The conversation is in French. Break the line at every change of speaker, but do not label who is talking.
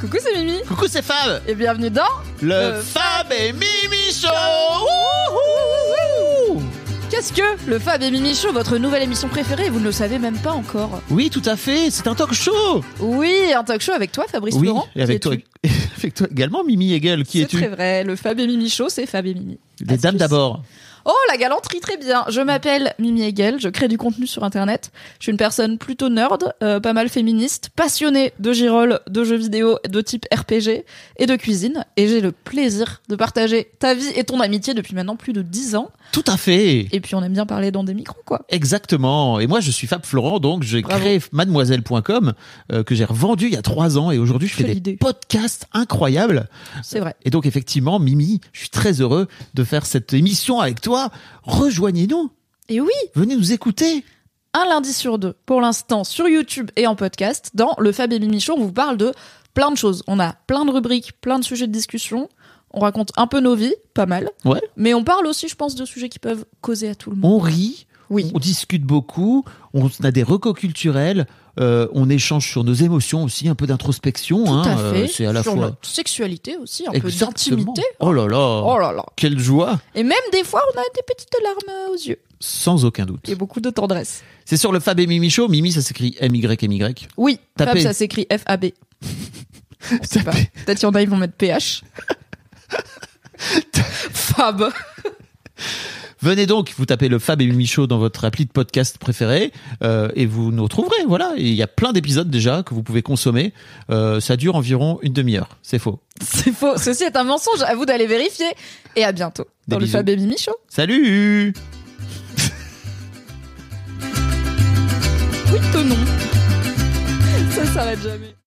Coucou, c'est Mimi
Coucou, c'est Fab
et bienvenue dans
Le,
Le
Fab et Mimi Show Wouhou
Qu'est-ce que le Fab et Mimi Show, votre nouvelle émission préférée, et vous ne le savez même pas encore.
Oui, tout à fait, c'est un talk show
Oui, un talk show avec toi, Fabrice
Oui,
Laurent.
et avec
Qui
toi,
es-tu
avec toi également, Mimi Hegel, qui
C'est
es-tu
très vrai, le Fab et Mimi Show, c'est Fab et Mimi.
Les dames
Astuce.
d'abord.
Oh, la galanterie, très bien. Je m'appelle Mimi Hegel, je crée du contenu sur Internet. Je suis une personne plutôt nerd, euh, pas mal féministe, passionnée de girolles, de jeux vidéo de type RPG et de cuisine. Et j'ai le plaisir de partager ta vie et ton amitié depuis maintenant plus de 10 ans.
Tout à fait
Et puis on aime bien parler dans des micros, quoi.
Exactement. Et moi, je suis Fab Florent, donc j'ai
Bravo.
créé mademoiselle.com euh, que j'ai revendu il y a trois ans et aujourd'hui, je fais
Quelle
des
idée.
podcasts incroyables.
C'est vrai.
Et donc, effectivement, Mimi, je suis très heureux de faire cette émission avec toi. Rejoignez-nous,
Et oui,
venez nous écouter.
un lundi sur deux, pour l'instant, sur YouTube et en podcast, dans le Fab et Mimi Show, on vous parle de plein de choses. On a plein de rubriques, plein de sujets de discussion. On raconte un peu nos vies, pas mal.
Ouais.
Mais on parle aussi, je pense, de sujets qui peuvent causer à tout le monde.
On rit,
Oui.
on discute beaucoup, on a des recos culturels, euh, on échange sur nos émotions aussi, un peu d'introspection.
Tout
hein,
à
euh,
fait.
c'est à la
Sur
fois
notre sexualité aussi, un
Exactement.
peu d'intimité.
Oh là là,
Oh là là.
quelle joie,
Et même des fois, on a des petites larmes euh, aux yeux.
sans aucun doute.
Et beaucoup de tendresse.
C'est sur le Fab et Mimi Show. Mimi, ça s'écrit M Y M Y.
Oui,
Tapez.
Fab, ça s'écrit F-A-B. On sait pas.
Tapez.
Peut-être qu'il y en a, ils vont mettre PH. Fab.
Venez donc, vous tapez le Fab et Mimi Show dans votre appli de podcast préféré euh, et vous nous retrouverez. Voilà, Et il y a plein d'épisodes déjà que vous pouvez consommer. Euh, ça dure environ une demi-heure. C'est faux.
C'est faux. Ceci est un mensonge. À vous d'aller vérifier. Et à bientôt
Des
dans le
bisous.
Fab et Mimi Show.
Salut.
Oui, ton nom. Ça s'arrête jamais.